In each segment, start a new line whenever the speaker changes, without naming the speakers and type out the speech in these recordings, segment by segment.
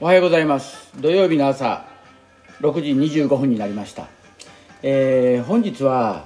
おはようございます土曜日の朝6時25分になりました、えー本日は、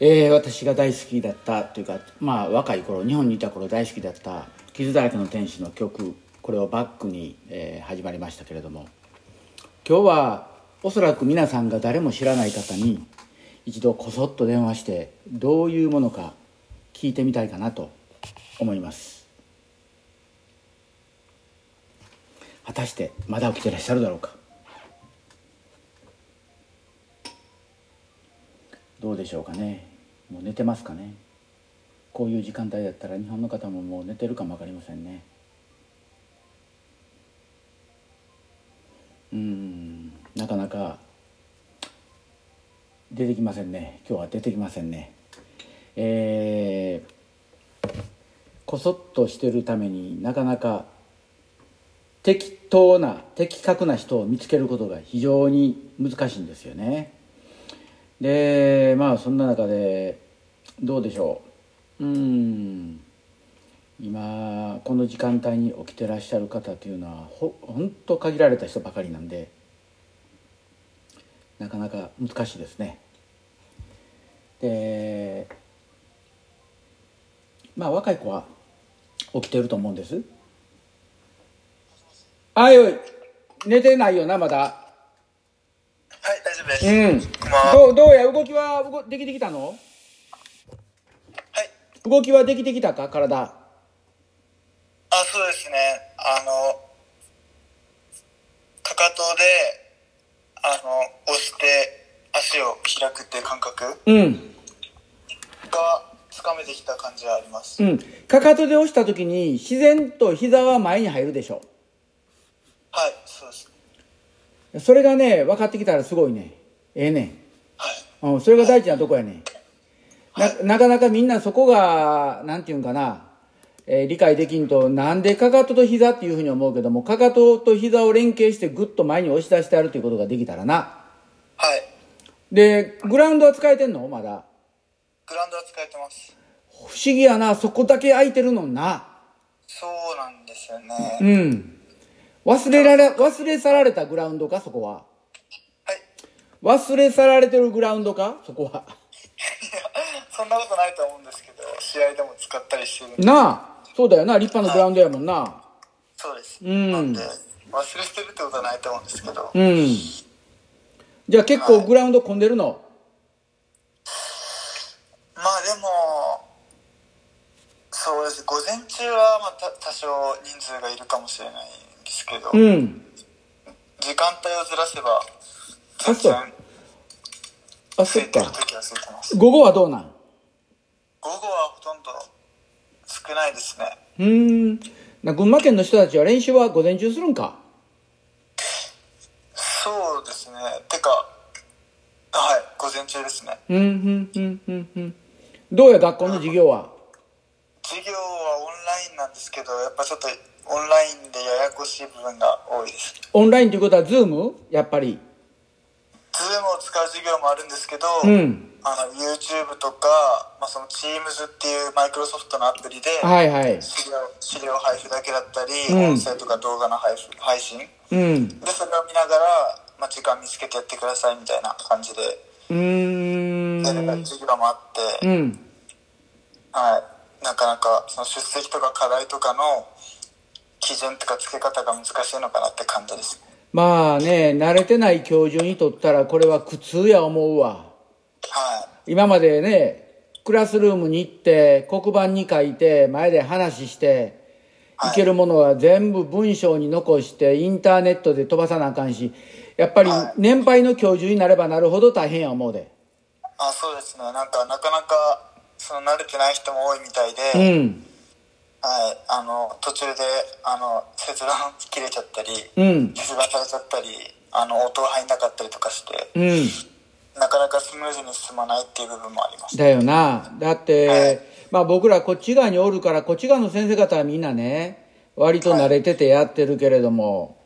えー私が大好きだったというかまあ若い頃日本にいた頃大好きだった「傷だらけの天使」の曲これをバックに、えー始まりましたけれども今日はおそらく皆さんが誰も知らない方に一度こそっと電話してどういうものか聞いてみたいかなと思います果たしてまだ起きてらっしゃるだろうかどうでしょうかねもう寝てますかねこういう時間帯だったら日本の方ももう寝てるかもわかりませんねうーんなかなか出てきませんね今日は出てきませんねえーこそっとしてるためになかなか適当な的確な人を見つけることが非常に難しいんですよねでまあそんな中でどうでしょううーん今この時間帯に起きてらっしゃる方というのはほほんと限られた人ばかりなんでなかなか難しいですねでまあ若い子は起きてると思うんですあいおい寝てないよなまだ
はい、大丈夫です。
うん
こんばんは。
どうどうや動きはうごできてきたの
はい。
動きはできてきたか体
あ、そうですね。あの、かかとで、あの、押して足を開くっていう感覚が
うん
つかめてきた感じはあります。
うんかかとで押した時に自然と膝は前に入るでしょ
はい、そうです。
それがね分かってきたらすごいねええね
はい。
ん、うん、それが大事なとこやねななかなかみんなそこがなんていうんかな、えー理解できんとなんでかかとと膝っていうふうに思うけどもかかとと膝を連携してグッと前に押し出してやるということができたらな
はい。
でグラウンドは使えてんのまだ
グラウンドは使えてます。
不思議やなそこだけ空いてるのにな
そうなんですよね。はい。
うん忘れられ忘れ去られたグラウンドかそこは忘れ去られてるグラウンドかそこは
そんなことないと思うんですけど、試合でも使ったりしてるんで。
なあそうだよな立派なグラウンドやもんな
そうです。
ん
なんで、忘れてるってことはないと思うんですけど。
うんじゃあ結構グラウンド混んでるの
まあでもそうです午前中はまあた多少人数がいるかもしれないんですけど、
うん
時間帯をずらせば
そう
全然
あ
つ
そっ
いてる
か
時はついてます
午後はどうなん
午後はほとんど少ないですね
うーんな群馬県の人たちは練習は午前中するんか
そうですねてかはい午前中ですね
うんうんうんうんうんどうや学校の授業は
授業はオンラインなんですけどやっぱちょっとオンラインでややこしい部分が多いです
オンラインということはズームやっぱり
Zoom を使う授業もあるんですけど、
うん
あの YouTube とか、まあ、その Teams っていうマイクロソフトのアプリで
はいはい
資料資料配布だけだったり、
うん
音声とか動画の配布配信で
うん
それを見ながら、まあ、時間見つけてやってくださいみたいな感じで、
うーん
授業もあって、
うん
はい、なかなかその出席とか課題とかの基準とか付け方が難しいのかなって感じです
まあね慣れてない教授にとったらこれは苦痛や思うわ
はい
今までねクラスルームに行って黒板に書いて前で話して
はい
いけるものは全部文章に残してインターネットで飛ばさなあかんしやっぱり
はい
年配の教授になればなるほど大変や思うで
あそうですねなんかなかなかその慣れてない人も多いみたいで、
うん
はい、あの途中であの切断切れちゃったり
うん
切断されちゃったりあの音が入んなかったりとかして
うん
なかなかスムーズに進まないっていう部分もあります
だよなだって、
はい
まあ僕らこっち側におるからこっち側の先生方はみんなね割と慣れててやってるけれども、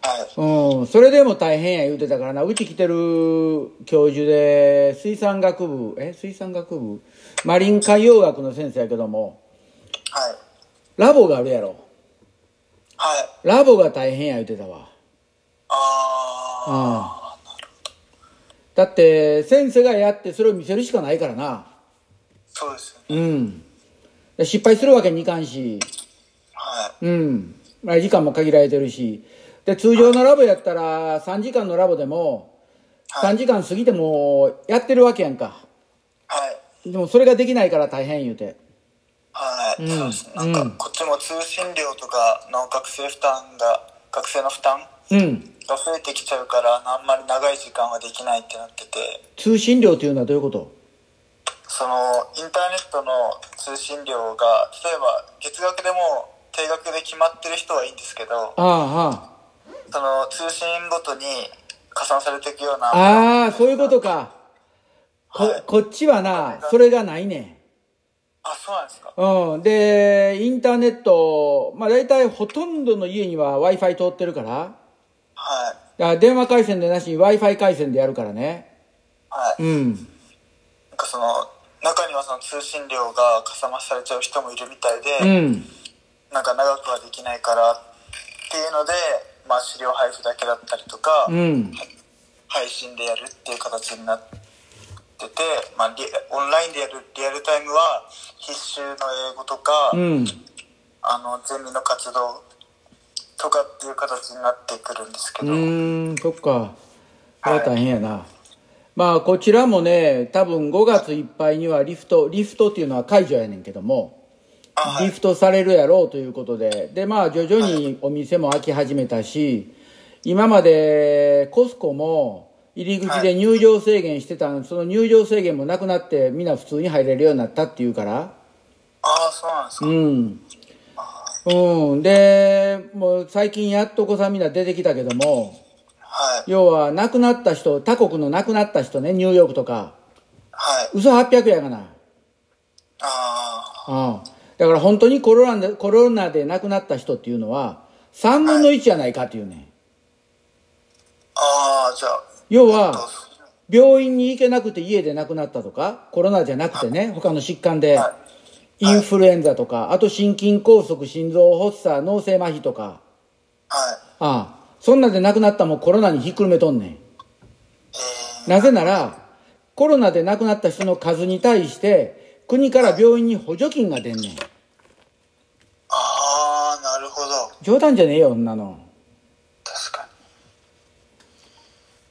はい
うん、それでも大変や言うてたからなうち来てる教授で水産学部え水産学部マリン海洋学の先生やけども
はい
ラボがあるやろ
はい
ラボが大変や言ってたわ
あ
ああだって先生がやってそれを見せるしかないからな
ーそうですよね
うん失敗するわけにいかんし
はい
うんまあ時間も限られてるしで通常のラボやったら3時間のラボでも
はい
3時間過ぎてもやってるわけやんか
はい
でもそれができないから大変言うて
はい、
うん
そうですねなんか、
うん
こっちも通信料とかの学生負担が学生の負担
うん
が増えてきちゃうからあんまり長い時間はできないってなってて
通信料というのはどういうこと
そのインターネットの通信料が例えば月額でも定額で決まってる人はいいんですけど
ああ
その通信ごとに加算されていくよう
あ
な
あああそういうことかこ
はい
こっちはなそれがないねん
あそうなんですか
うん、で、インターネット、まあ大体ほとんどの家には Wi-Fi 通ってるから、
はい
あ電話回線でなしに Wi-Fi 回線でやるからね。
はい
うん。
なんかその中にはその通信料がかさ増しされちゃう人もいるみたいで、
うん。
なんか長くはできないからっていうので、まあ、資料配布だけだったりとか、
うん。
配信でやるっていう形になってて、まあ、リオンラインでやるリアルタイムは必修の英語とか、
うん。
あのゼミの活動とかっていう形になってくるんですけ
う
ど、はい
ーん、そっか。これは大変やな。まあこちらもね、多分5月いっぱいにはリフト、リフトっていうのは解除やねんけども、
あは
リ
い
フトされるやろうということで、で、まあ徐々にお店も開き始めたし、今までコスコも入り口で入場制限してたん、その入場制限もなくなって、みんな普通に入れるようになったっていうから、
ああそうなんですか、
うん。うん。で、もう最近やっとお子さんみんな出てきたけども、
はい
要は亡くなった人、他国の亡くなった人ね、ニューヨークとか、
はい
嘘800やがな。
あ
うん、だから本当にコロナでコロナで亡くなった人っていうのは3分の1じゃないかっていうね、
あああじゃあ
要
どう
は
ぞ
病院に行けなくて家で亡くなったとかコロナじゃなくてね他の疾患で
は
インフルエンザとかあと心筋梗塞心臓発作脳性麻痺とか
はい
ああそんなんで亡くなったもんコロナにひっくるめとんねん
え
なぜならコロナで亡くなった人の数に対して国から病院に補助金が出んねん
ー、ああなるほど
冗談じゃねえよ女の。
確か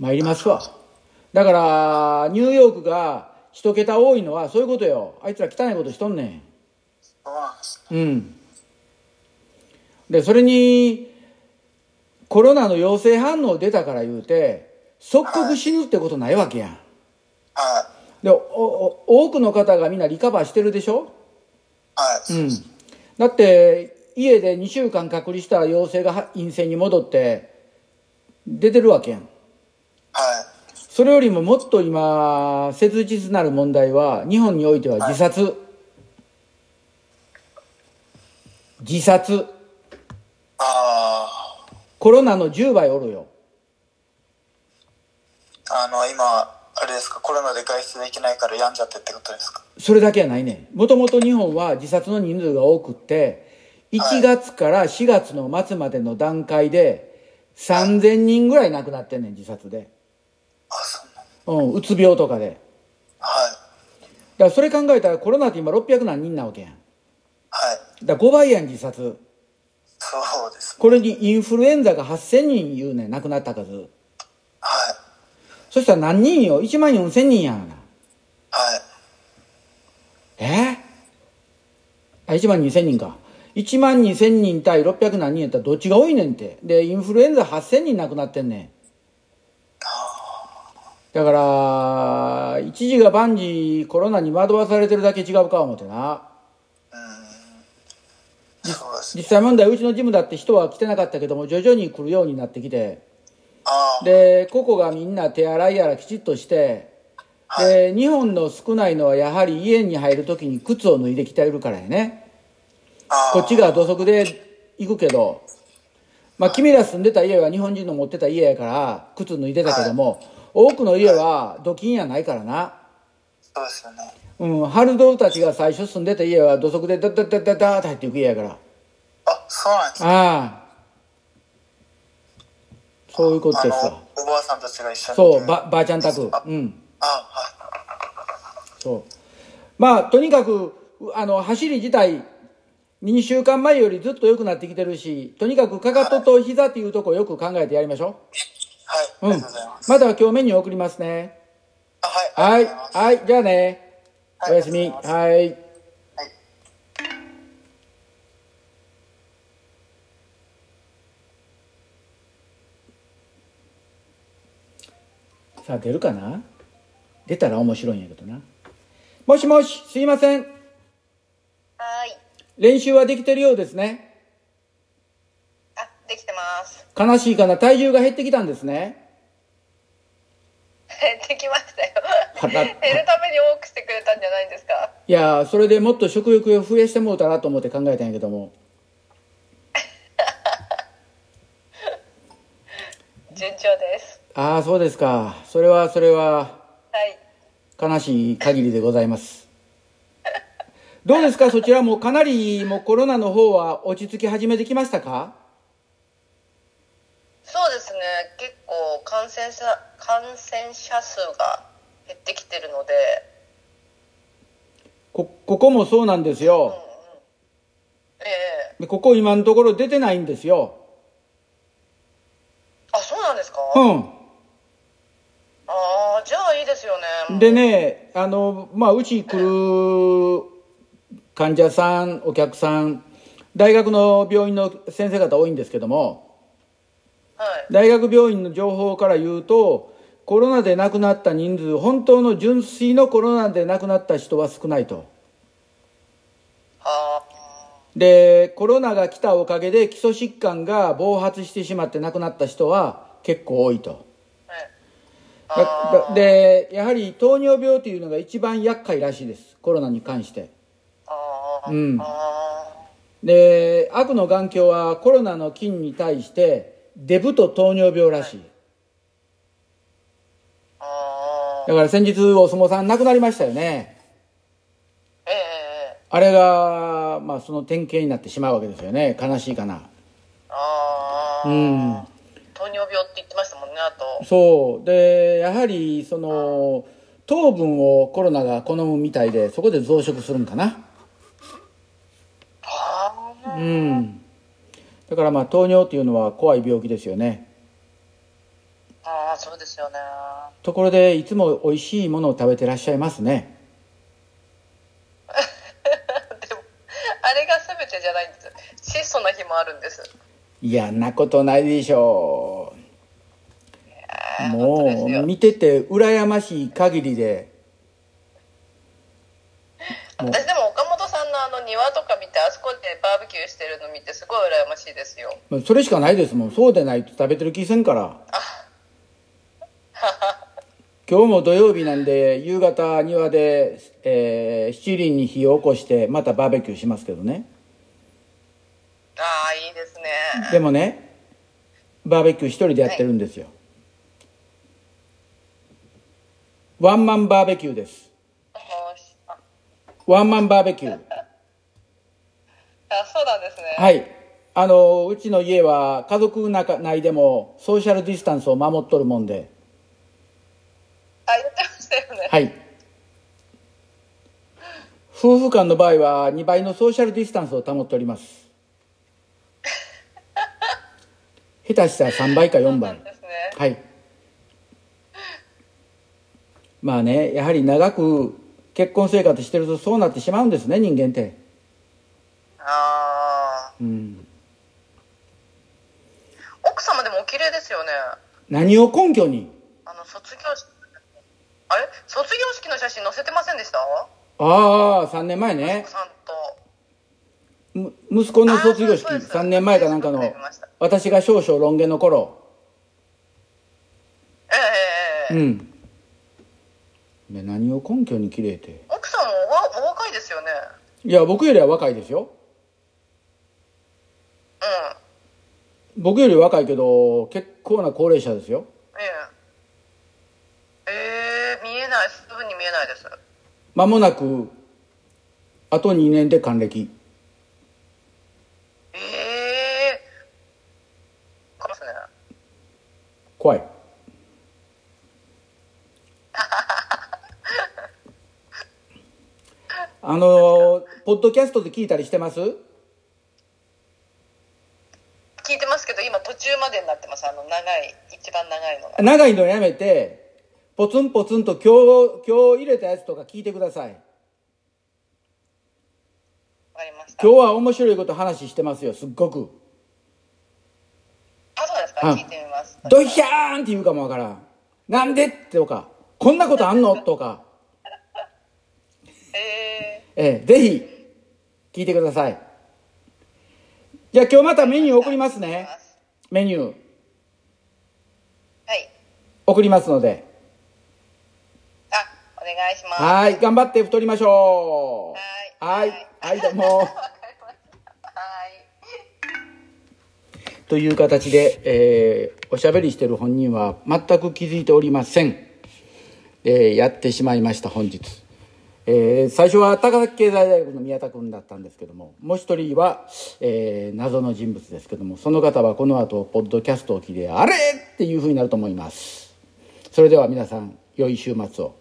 に
参りますわだからニューヨークが一桁多いのはそういうことよあいつら汚いことしとんね
そうなんですね
んうんでそれにコロナの陽性反応出たから言うて即刻死ぬってことないわけやん
はい
でおお多くの方がみんなリカバーしてるでしょ
は
う
い、
んだって家で2週間隔離したら陽性がは陰性に戻って出てるわけやん
はい
それよりももっと今切実なる問題は日本においては自殺、自殺
あ
コロナの10倍おるよ
ああの今あれですかコロナで外出できないから病んじゃってってことですか
それだけはないねもともと日本は自殺の人数が多くって1月から4月の末までの段階で3000人ぐらい亡くなってんねん自殺で、
あそんな
うん、うつ病とかで
はい
だからそれ考えたらコロナって今600何人なわけやん
はい
だから5倍やん自殺
そうです
これにインフルエンザが8000人言うねん亡くなった数
はい
そしたら何人よ1万4000人やがな
はい
えあ1万2000人か1万2000人対600何人やったらどっちが多いねんってでインフルエンザ8000人亡くなってんねんだから一時が万事コロナに惑わされてるだけ違うか思ってな
そうです
実際問題うちのジムだって人は来てなかったけども徐々に来るようになってきて
あ
で個々がみんな手洗いやらきちっとしてで日本の少ないのはやはり家に入る時に靴を脱いできてるからやね
あああ
こっちが土足で行くけどまあ君ら住んでた家は日本人の持ってた家やから靴脱いでたけども多くの家は土金やないからな
そうですよね
うん春ドルたちが最初住んでた家は土足でダッダッダッダッダッと入っていく家やから
あそうなんですね
ああそういうことです
あ
わ
のおばあさんたちが一緒に
そうばばあちゃん宅うん
あは
そうまあとにかくあの走り自体2週間前よりずっと良くなってきてるしとにかくかかとと膝っていうとこよく考えてやりましょ
い、
う、
はい、あ
う
り
ん
がとうございます、
または今日メニュー送りますね
あは
は
いあり
い
がとうございます
はいじゃあね
はい
おやすみ
ありがとうござい
はい
はい
さあ出るかな出たら面白いんやけどなもしもしすいません
はい。
練習はできてるようですね
あ、できてます。
悲しいかな体重が減ってきたんですね
減ってきましたよ。
腹
減るために多くしてくれたんじゃないんですか。
いやーそれでもっと食欲を増やしてもうたなと思って考えたんやけども
順調です。
ああそうですかそれはそれは
はい。
悲しい限りでございますどうですかそちらもかなりもうコロナの方は落ち着き始めてきましたか
そうですね。結構感染者感染者数が減ってきてるので、
こここもそうなんですよ
ええ
でここ今のところ出てないんですよ
あ、そうなんですか。
う
ああ、じゃあいいですよね。
んでねあのまあうち来る患者さんお客さん大学の病院の先生方多いんですけども
はい。
大学病院の情報から言うとコロナで亡くなった人数本当の純粋のコロナで亡くなった人は少ないと
あ
でコロナが来たおかげで基礎疾患が暴発してしまって亡くなった人は結構多いと
あ、は
だ
い。
だでやはり糖尿病というのが一番厄介らしいですコロナに関して
ああ、
うん
あ
で悪の眼鏡はコロナの菌に対してデブと糖尿病らしい
あ、ああ
だから先日お相撲さん亡くなりましたよね
ええええ
あれが、まあ、その典型になってしまうわけですよね悲しいかな
ああ、
うん
糖尿病って言ってましたもんね、あと。
そうでやはりその糖分をコロナが好むみたいでそこで増殖するんかな
ああ
うんだからまあ糖尿っていうのは怖い病気ですよね
ああそうですよねあ
ところでいつも美味しいものを食べてらっしゃいますね
れが全てじゃないんです質素な日もあるんです
いやんなことないでしょう
本当です
も
よ
う見てて羨ましい限りでもう
私でも岡本さんのあの庭とか見てあそこでバーベキューしてるの見てすごい羨ましいですよ
まあそれしかないですもんそうでないと食べてる気せんから今日も土曜日なんで夕方庭で、えー七輪に火を起こしてまたバーベキューしますけどね
ああいいですね
でもねバーベキュー一人でやってるんですよ、ワンマンバーベキューです
もうしあ
ワンマンバーベキュー
あそうなんですね
はいあのうちの家は家族仲内でもソーシャルディスタンスを守っとるもんで
あ言ってましたよね
はい。夫婦間の場合は2倍のソーシャルディスタンスを保っております。下手したら3倍か4
そう
倍
なん。ですね
はい。まあね、やはり長く結婚生活してるとそうなってしまうんですね、人間って。
ああ
うん。
奥様でもお綺麗ですよね
何を根拠に
あの卒業式あれ卒業式の写真載せてませんでした
ああ、3年前ね。
さんと
む息子の卒業式、
あーそうです
3年前かなんか
そうで
の
す見ました、
私が少々論言の頃。
ええええええ
うんで何を根拠に綺麗って
奥さんもおわお若いですよね
いや僕よりは若いですよ
うん
僕より若いけど結構な高齢者ですよ
ええええ見えないすぐに見えないです
間もなくあと2年で還暦
ええかますね
怖いあのポッドキャストで聞いたりしてます
聞いてますけど今途中までになってますあの長い一番長いのが
長いのやめてポツンポツンと今日今日入れたやつとか聞いてください
わかりました
今日は面白いこと話してますよすっごく
あそうですか
あ
聞いてみます
ドヒャーンって言うかもわからんなんでとかこんなことあんのとか、
え
ええぜひ聞いてくださいじゃあ今日またメニュー送ります
ー、
ね
います
メニュー
はい
送りますので
あお願いしますは
はい頑張って太りましょう
はい
はいはいどう も
い
という形で、えーおしゃべりしてる本人は全く気づいておりません、えーやってしまいました本日、えー最初は高崎経済大学の宮田君だったんですけどももう一人は、えー謎の人物ですけどもその方はこの後ポッドキャストを聞いてあれっていうふうになると思いますそれでは皆さん良い週末を